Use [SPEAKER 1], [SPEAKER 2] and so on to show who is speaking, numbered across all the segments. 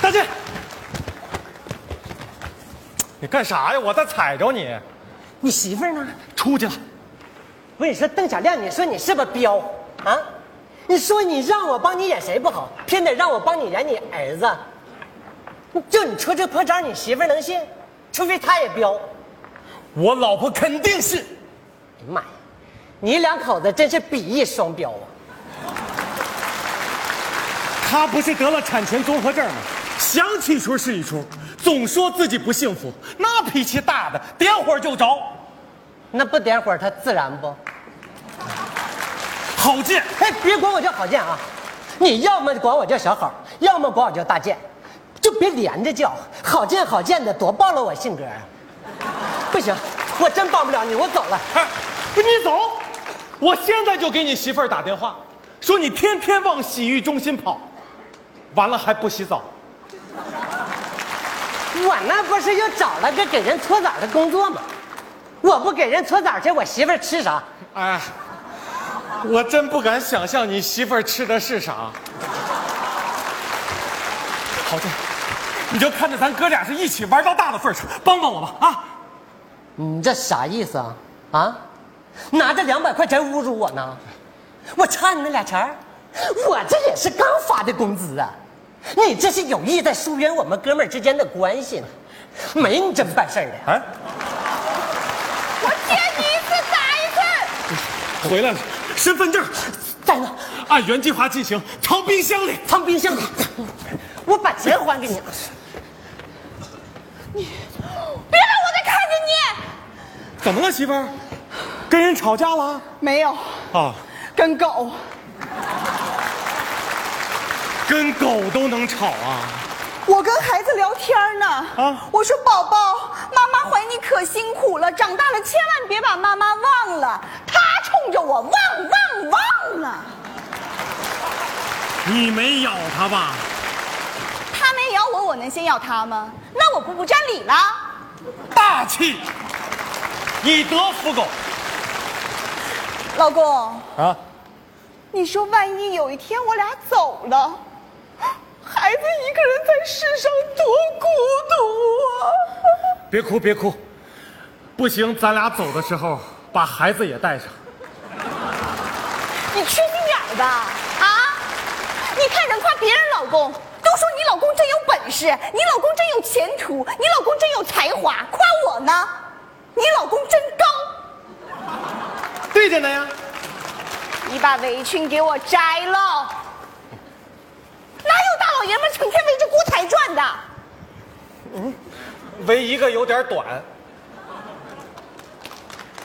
[SPEAKER 1] 下去！你干啥呀？我再踩着你，
[SPEAKER 2] 你媳妇儿呢？
[SPEAKER 1] 出去了。
[SPEAKER 2] 我跟你说，邓小亮，你说你是不是彪啊？你说你让我帮你演谁不好，偏得让我帮你演你儿子。就你出这破招，你媳妇儿能信？除非她也彪。
[SPEAKER 1] 我老婆肯定是。
[SPEAKER 2] 哎呀妈呀，你两口子真是比翼双彪啊！
[SPEAKER 1] 他不是得了产前综合症吗？想起出是一出，总说自己不幸福，那脾气大的点火就着，
[SPEAKER 2] 那不点火，他自燃不？
[SPEAKER 1] 好贱。
[SPEAKER 2] 哎，别管我叫郝建啊！你要么管我叫小郝，要么管我叫大建，就别连着叫。郝建郝建的，多暴露我性格啊！不行，我真帮不了你，我走了。
[SPEAKER 1] 哎，不是你走，我现在就给你媳妇儿打电话，说你天天往洗浴中心跑，完了还不洗澡。
[SPEAKER 2] 我那不是又找了个给人搓澡的工作吗？我不给人搓澡去，我媳妇儿吃啥？
[SPEAKER 1] 哎，我真不敢想象你媳妇儿吃的是啥。好的，你就看着咱哥俩是一起玩到大的份儿上，帮帮我吧啊！
[SPEAKER 2] 你嗯这啥意思啊？啊，拿着两百块钱侮辱我呢？我差你那俩钱儿？我这也是刚发的工资啊！你这是有意在疏远我们哥们儿之间的关系呢，没你这么办事儿的。
[SPEAKER 1] 哎，
[SPEAKER 3] 我见你一次打一次，
[SPEAKER 1] 哎回来了，身份证
[SPEAKER 2] 在那
[SPEAKER 1] 按原计划进行，藏冰箱里。
[SPEAKER 2] 藏冰箱里，我把钱还给你。
[SPEAKER 3] 别让我再看见你。
[SPEAKER 1] 怎么了，媳妇儿？跟人吵架了？
[SPEAKER 4] 没有，
[SPEAKER 1] 啊，
[SPEAKER 4] 跟狗。
[SPEAKER 1] 跟狗都能吵啊？
[SPEAKER 4] 我跟孩子聊天呢，
[SPEAKER 1] 啊
[SPEAKER 4] 我说宝宝，妈妈怀你可辛苦了，长大了千万别把妈妈忘了。他冲着我汪汪汪啊！
[SPEAKER 1] 你没咬它吧？
[SPEAKER 4] 他没咬我，我能先咬他吗？那我不不占理了？
[SPEAKER 1] 大气，以德服狗
[SPEAKER 4] 老公，
[SPEAKER 1] 啊！
[SPEAKER 4] 你说万一有一天我俩走了，孩子一个人在世上多孤独啊！
[SPEAKER 1] 别哭，别哭，不行，咱俩走的时候把孩子也带上。
[SPEAKER 4] 你缺心眼儿吧？啊！你看人夸别人老公，都说你老公真有本事，你老公真有前途，你老公真有才华，夸我呢，你老公真高。
[SPEAKER 1] 对着呢呀，
[SPEAKER 4] 你把围裙给我摘了，哪有大老爷们儿成天围着锅台转的？
[SPEAKER 1] 唯一个有点短。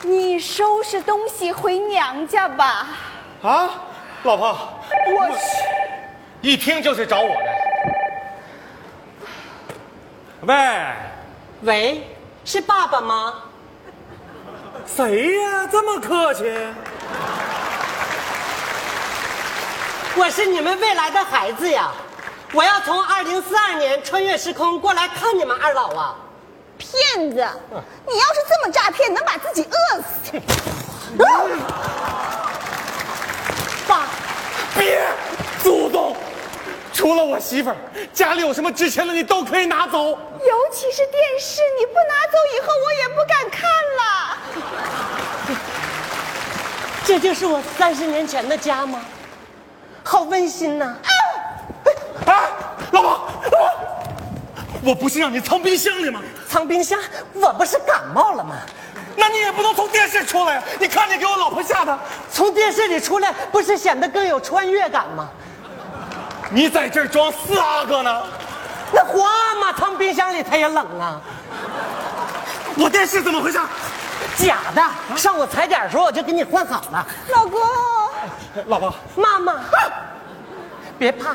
[SPEAKER 4] 你收拾东西回娘家吧。
[SPEAKER 1] 啊，老婆，嗯
[SPEAKER 4] 我去，
[SPEAKER 1] 一听就是找我的。喂，
[SPEAKER 2] 喂，是爸爸吗？
[SPEAKER 1] 谁呀？这么客气？
[SPEAKER 2] 我是你们未来的孩子呀，我要从二零四二年穿越时空过来看你们二老啊。
[SPEAKER 4] 骗子！你要是这么诈骗，能把自己饿 死。啊
[SPEAKER 2] 爸，
[SPEAKER 1] 别，祖宗！除了我媳妇儿，家里有什么值钱的你都可以拿走。
[SPEAKER 4] 尤其是电视，你不拿走以后，我也不敢看了。
[SPEAKER 2] 这就是我三十年前的家吗？好温馨呐、
[SPEAKER 1] 哎，老婆，老婆，我不是让你藏冰箱里吗？
[SPEAKER 2] 藏冰箱，我不是感冒了吗？
[SPEAKER 1] 那你也不能从电视出来呀！你看你给我老婆吓的。
[SPEAKER 2] 从电视里出来，不是显得更有穿越感吗？
[SPEAKER 1] 你在这儿装四阿哥呢？
[SPEAKER 2] 那胡阿玛藏冰箱里，它也冷啊。
[SPEAKER 1] 我电视怎么回事？
[SPEAKER 2] 假的，上午踩点的时候我就给你换好了。
[SPEAKER 4] 老公，
[SPEAKER 1] 老婆，
[SPEAKER 2] 妈妈，别怕，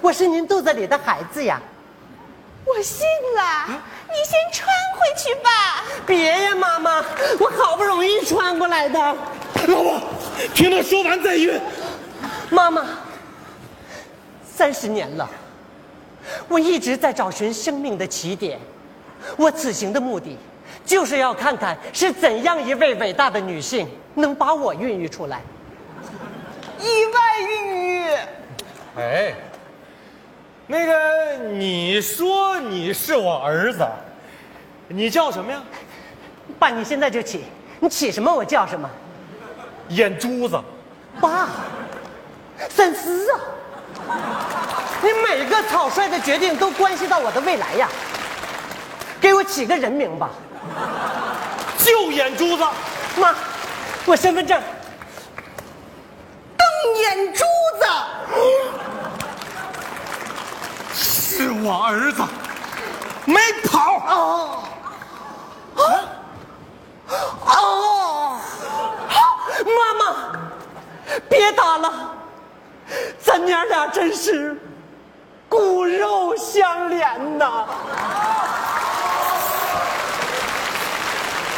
[SPEAKER 2] 我是您肚子里的孩子呀。
[SPEAKER 4] 我信了，你先穿回去吧。
[SPEAKER 2] 别呀，妈妈，我好不容易穿过来的。
[SPEAKER 1] 老婆，听他说完再晕。
[SPEAKER 2] 妈妈，三十年了，我一直在找寻生命的起点。我此行的目的，就是要看看是怎样一位伟大的女性能把我孕育出来。
[SPEAKER 4] 意外孕育，
[SPEAKER 1] 哎，那个，你说你是我儿子，你叫什么呀？
[SPEAKER 2] 爸，你现在就起，你起什么我叫什么。
[SPEAKER 1] 眼珠子，
[SPEAKER 2] 爸，三思啊！你每个草率的决定都关系到我的未来呀。给我起个人名吧，
[SPEAKER 1] 就眼珠子。
[SPEAKER 2] 妈，我身份证。
[SPEAKER 4] 瞪眼珠子，
[SPEAKER 1] 是我儿子，没跑啊！
[SPEAKER 2] 哦，妈妈，别打了，咱娘俩真是骨肉相连呐！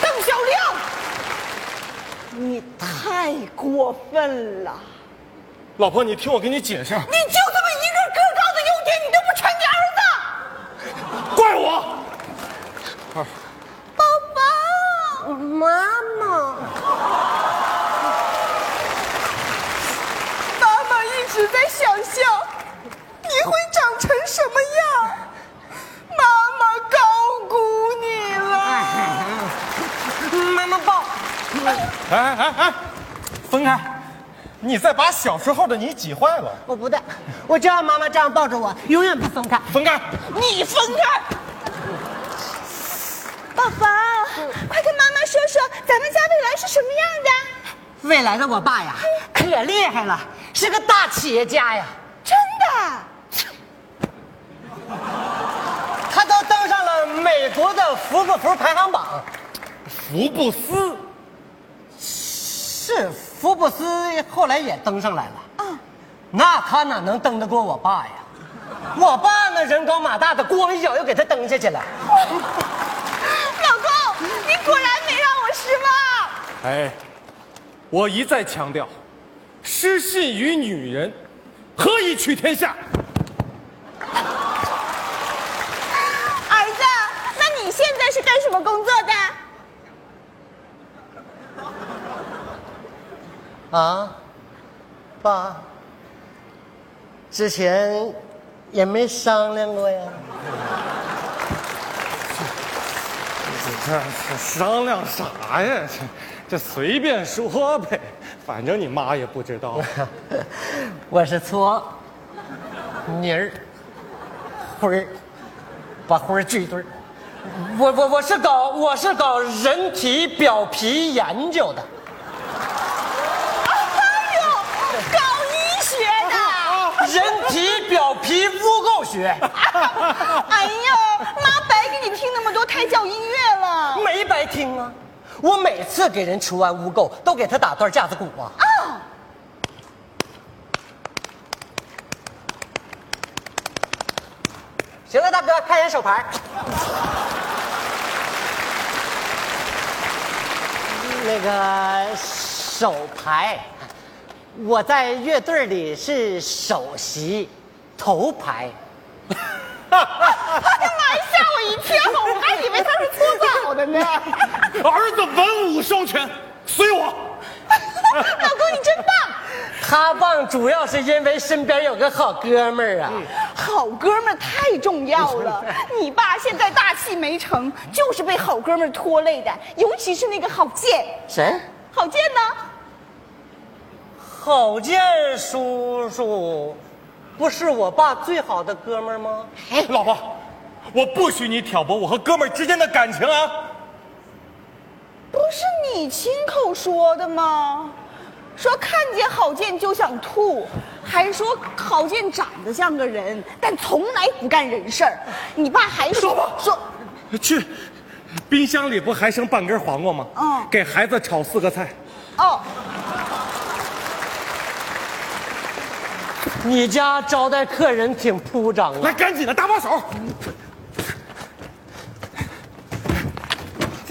[SPEAKER 4] 邓小亮，
[SPEAKER 2] 你太过分了，
[SPEAKER 1] 老婆，你听我给你解释，
[SPEAKER 4] 你就这么一个个高的优点，你都不传给儿子？
[SPEAKER 1] 怪我。
[SPEAKER 4] 宝宝，
[SPEAKER 2] 妈妈，
[SPEAKER 4] 妈妈一直在想象你会长成什么样，妈妈高估你了。
[SPEAKER 2] 妈妈抱，
[SPEAKER 1] 哎哎哎，分开！你再把小时候的你挤坏了。
[SPEAKER 2] 我不带，我就要妈妈这样抱着我，永远不分开。
[SPEAKER 1] 分开！
[SPEAKER 2] 你分开，
[SPEAKER 4] 宝宝，快跟妈妈说说咱们家未来是什么样的？
[SPEAKER 2] 未来的我爸呀，可厉害了，是个大企业家呀。
[SPEAKER 4] 真的？
[SPEAKER 2] 他都登上了美国的服不服排行榜。
[SPEAKER 1] 福布斯，
[SPEAKER 2] 是福布斯后来也登上来了。那他哪能登得过我爸呀？我爸那人高马大的，咣一脚又给他蹬下去了。
[SPEAKER 4] 老公，你果然没让我失望。
[SPEAKER 1] 哎，我一再强调，失信于女人，何以取天下？
[SPEAKER 4] 儿子，那你现在是干什么工作的？
[SPEAKER 2] 啊，爸，之前也没商量过呀。
[SPEAKER 1] 这这商量啥呀？这这随便说呗，反正你妈也不知道。
[SPEAKER 2] 我是搓泥儿灰儿，把灰儿聚一堆儿。我我我是搞我是搞人体表皮研究的。
[SPEAKER 4] 哎呦，搞医学的。
[SPEAKER 2] 人体表皮污垢学，
[SPEAKER 4] 哎呦，妈白给你听那么多胎教音乐了。
[SPEAKER 2] 没白听啊！我每次给人除完污垢，都给他打段架子鼓啊。
[SPEAKER 4] 哦，
[SPEAKER 2] 行了，大哥，看一眼手牌。 那个手牌，我在乐队里是首席，头牌。
[SPEAKER 4] 哎呀妈呀，吓我一跳，我还以为他是搓澡的呢。
[SPEAKER 1] 儿子文武双全，随我。
[SPEAKER 4] 老公，你真棒。
[SPEAKER 2] 他棒主要是因为身边有个好哥们儿啊。
[SPEAKER 4] 好哥们儿太重要 了。你爸现在大器没成，就是被好哥们儿拖累的，尤其是那个郝建。
[SPEAKER 2] 谁？
[SPEAKER 4] 郝建呢？
[SPEAKER 2] 郝建叔叔，不是我爸最好的哥们儿吗？
[SPEAKER 1] 老婆，我不许你挑拨我和哥们儿之间的感情啊！
[SPEAKER 4] 不是你亲口说的吗？说看见郝建就想吐，还说郝建长得像个人，但从来不干人事儿。你爸还说说
[SPEAKER 1] 去，冰箱里不还剩半根黄瓜吗？
[SPEAKER 4] 嗯
[SPEAKER 1] 给孩子炒四个菜。
[SPEAKER 4] 哦，
[SPEAKER 2] 你家招待客人挺铺张啊。
[SPEAKER 1] 来，赶紧的，搭把手。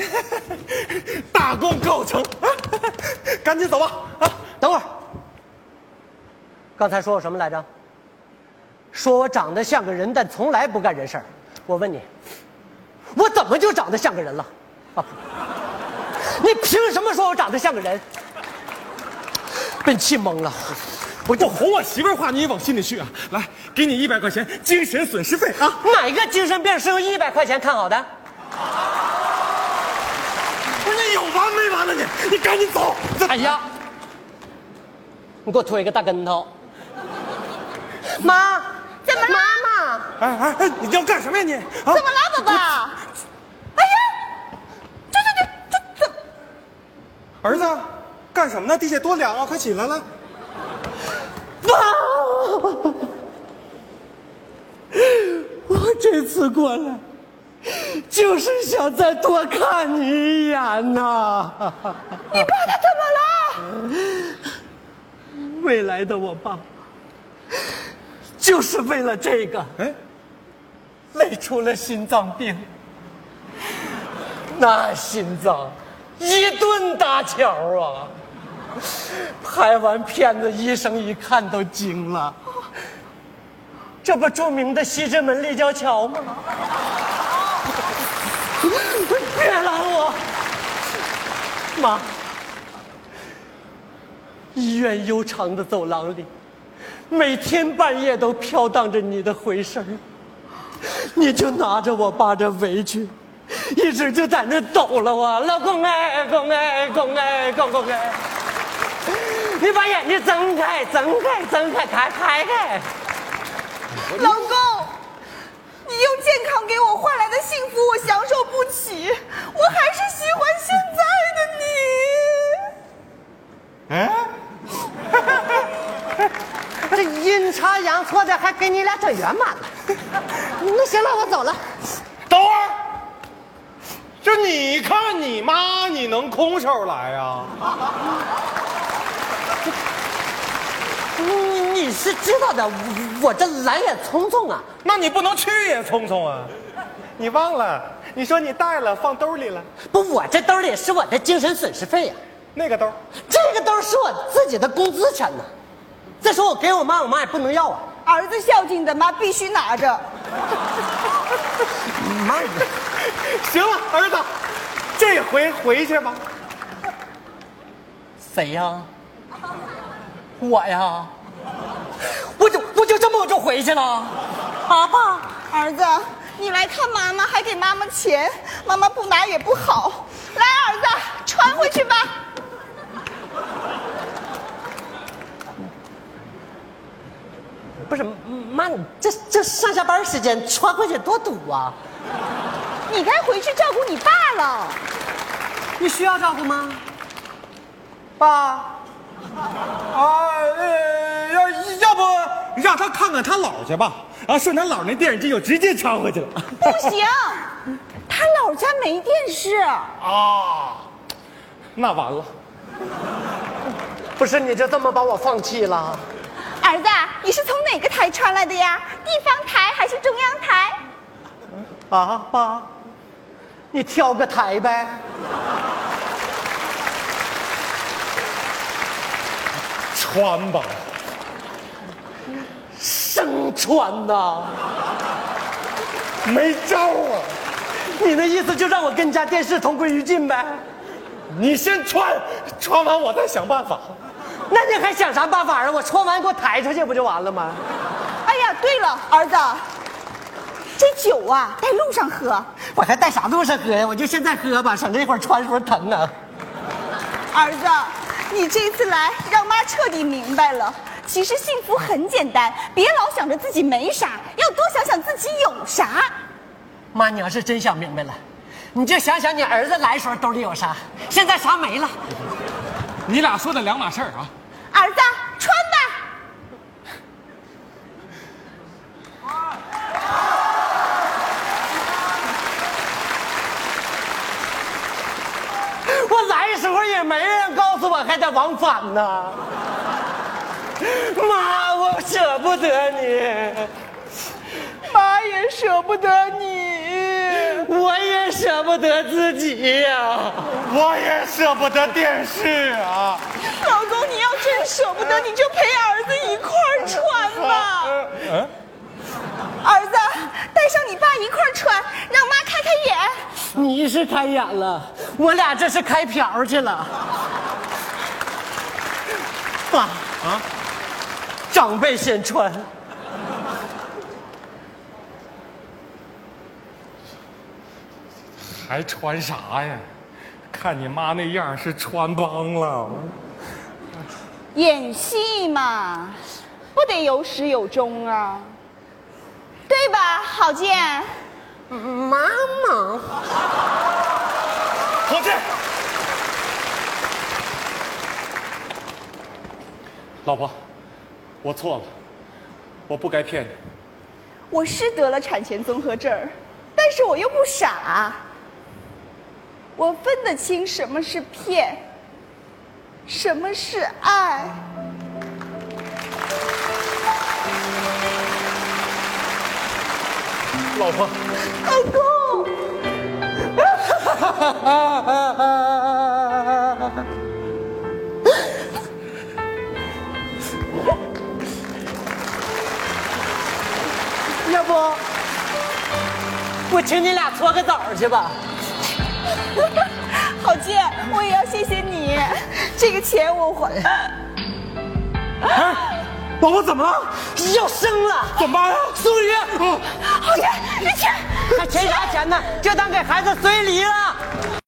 [SPEAKER 1] 大功告成， 赶紧走吧！啊，
[SPEAKER 2] 等会儿，刚才说我什么来着？说我长得像个人，但从来不干人事儿。我问你，我怎么就长得像个人了？啊， 你凭什么说我长得像个人？被你气懵了。
[SPEAKER 1] 我哄我媳妇儿话你也往心里去啊！来，给你一百块钱精神损失费啊！
[SPEAKER 2] 哪个精神病是用一百块钱看好的？
[SPEAKER 1] 不是你有完没完了你？你赶紧走！
[SPEAKER 2] 哎呀，你给我推个大跟头！妈，
[SPEAKER 4] 怎么了？妈妈，
[SPEAKER 1] 哎哎哎，你要干什么呀你？啊
[SPEAKER 4] 怎么了，宝宝？哎呀，这这这这怎？
[SPEAKER 1] 儿子，干什么呢？地下多凉啊！快起来来！
[SPEAKER 2] 我这次过来，就是想再多看你一眼呐。
[SPEAKER 4] 你爸他怎么了？
[SPEAKER 2] 未来的我爸，就是为了这个
[SPEAKER 1] 哎，
[SPEAKER 2] 累出了心脏病。那心脏一顿搭桥啊！拍完片子，医生一看都惊了，这不著名的西直门立交桥吗？别拦我，妈！医院悠长的走廊里，每天半夜都飘荡着你的回声儿。你就拿着我爸这围裙，一直就在那抖了我，老公哎，公哎，公哎，公公哎，你把眼睛睁开，睁开，睁开，开开开，
[SPEAKER 4] 老公，你用健康给我换来的幸福，我享受不起，我还是喜欢现在的你。
[SPEAKER 2] 这阴差阳错的还给你俩整圆满了。那行了，我走了。
[SPEAKER 1] 等会儿，这你看你妈，你能空手来啊？
[SPEAKER 2] 你你是知道的，我我这来也匆匆啊。
[SPEAKER 1] 那你不能去也匆匆啊！你忘了？你说你带了，放兜里了，
[SPEAKER 2] 不，我这兜里是我的精神损失费啊呀、
[SPEAKER 1] 那个兜儿
[SPEAKER 2] 这个兜是我自己的工资钱呢。再说我给我妈，我妈也不能要啊。
[SPEAKER 4] 儿子孝敬的妈必须拿着。
[SPEAKER 2] 妈，
[SPEAKER 1] 行了，儿子，这回回去吧。
[SPEAKER 2] 谁呀、我呀？我就我就这么我就回去了？啊爸，
[SPEAKER 4] 儿子，你来看妈妈，还给妈妈钱，妈妈不拿也不好。来，儿子，穿回去吧。
[SPEAKER 2] 不是妈，你这这上下班时间穿回去多堵啊！
[SPEAKER 4] 你该回去照顾你爸了。
[SPEAKER 2] 你需要照顾吗？
[SPEAKER 1] 爸，啊，呃，要要不让他看看他姥去吧？啊，顺他姥那电视机就直接穿回去了。
[SPEAKER 4] 不行，他老家没电视。
[SPEAKER 1] 啊，那完了。
[SPEAKER 2] 不是你就这么把我放弃了？
[SPEAKER 4] 儿子，你是从哪个台传来的呀？地方台还是中央台？
[SPEAKER 2] 啊爸，你挑个台呗。
[SPEAKER 1] 穿吧，
[SPEAKER 2] 生穿呐、
[SPEAKER 1] 没招啊！
[SPEAKER 2] 你的意思就让我跟家电视同归于尽呗？
[SPEAKER 1] 你先穿，穿完我再想办法。
[SPEAKER 2] 那你还想啥办法啊？我穿完给我抬出去不就完了吗？
[SPEAKER 4] 哎呀，对了，儿子，这酒啊，在路上喝。
[SPEAKER 2] 我还带啥路上喝呀？我就现在喝吧，省得一会儿穿的时候疼啊。
[SPEAKER 4] 儿子，你这次来让妈彻底明白了，其实幸福很简单，别老想着自己没啥，要多想想自己有啥。
[SPEAKER 2] 妈，你要是真想明白了，你就想想你儿子来时候兜里有啥，现在啥没了。
[SPEAKER 1] 你俩说的两码事儿啊。
[SPEAKER 4] 儿子，穿吧。
[SPEAKER 2] 我来时候也没人告诉我还得往返呢。妈，我舍不得你，
[SPEAKER 4] 妈也舍不得你。
[SPEAKER 2] 我也舍不得自己呀、
[SPEAKER 1] 我也舍不得电视啊。
[SPEAKER 4] 老公，你要真舍不得，你就陪儿子一块儿穿吧。
[SPEAKER 1] 嗯，
[SPEAKER 4] 儿子，带上你爸一块儿穿，让妈开开眼。
[SPEAKER 2] 你是开眼了，我俩这是开瓢去了。爸啊，长辈先穿。
[SPEAKER 1] 还穿啥呀？看你妈那样是穿帮了。
[SPEAKER 4] 演戏嘛，不得有始有终啊，对吧，郝建？
[SPEAKER 2] 妈妈，
[SPEAKER 1] 郝建，老婆，我错了，我不该骗你。
[SPEAKER 4] 我是得了产前综合症儿，但是我又不傻，我分得清什么是骗，什么是爱。
[SPEAKER 1] 老婆，
[SPEAKER 4] 老公，
[SPEAKER 2] 要不我请你俩搓个澡去吧？
[SPEAKER 4] 郝建，我也要谢谢你，这个钱我还。
[SPEAKER 1] 老婆怎么了？
[SPEAKER 2] 要生了，
[SPEAKER 1] 怎么办呀？啊
[SPEAKER 2] 苏黎，
[SPEAKER 4] 郝建，这钱。
[SPEAKER 2] 还钱啥钱呢？就当给孩子随礼了。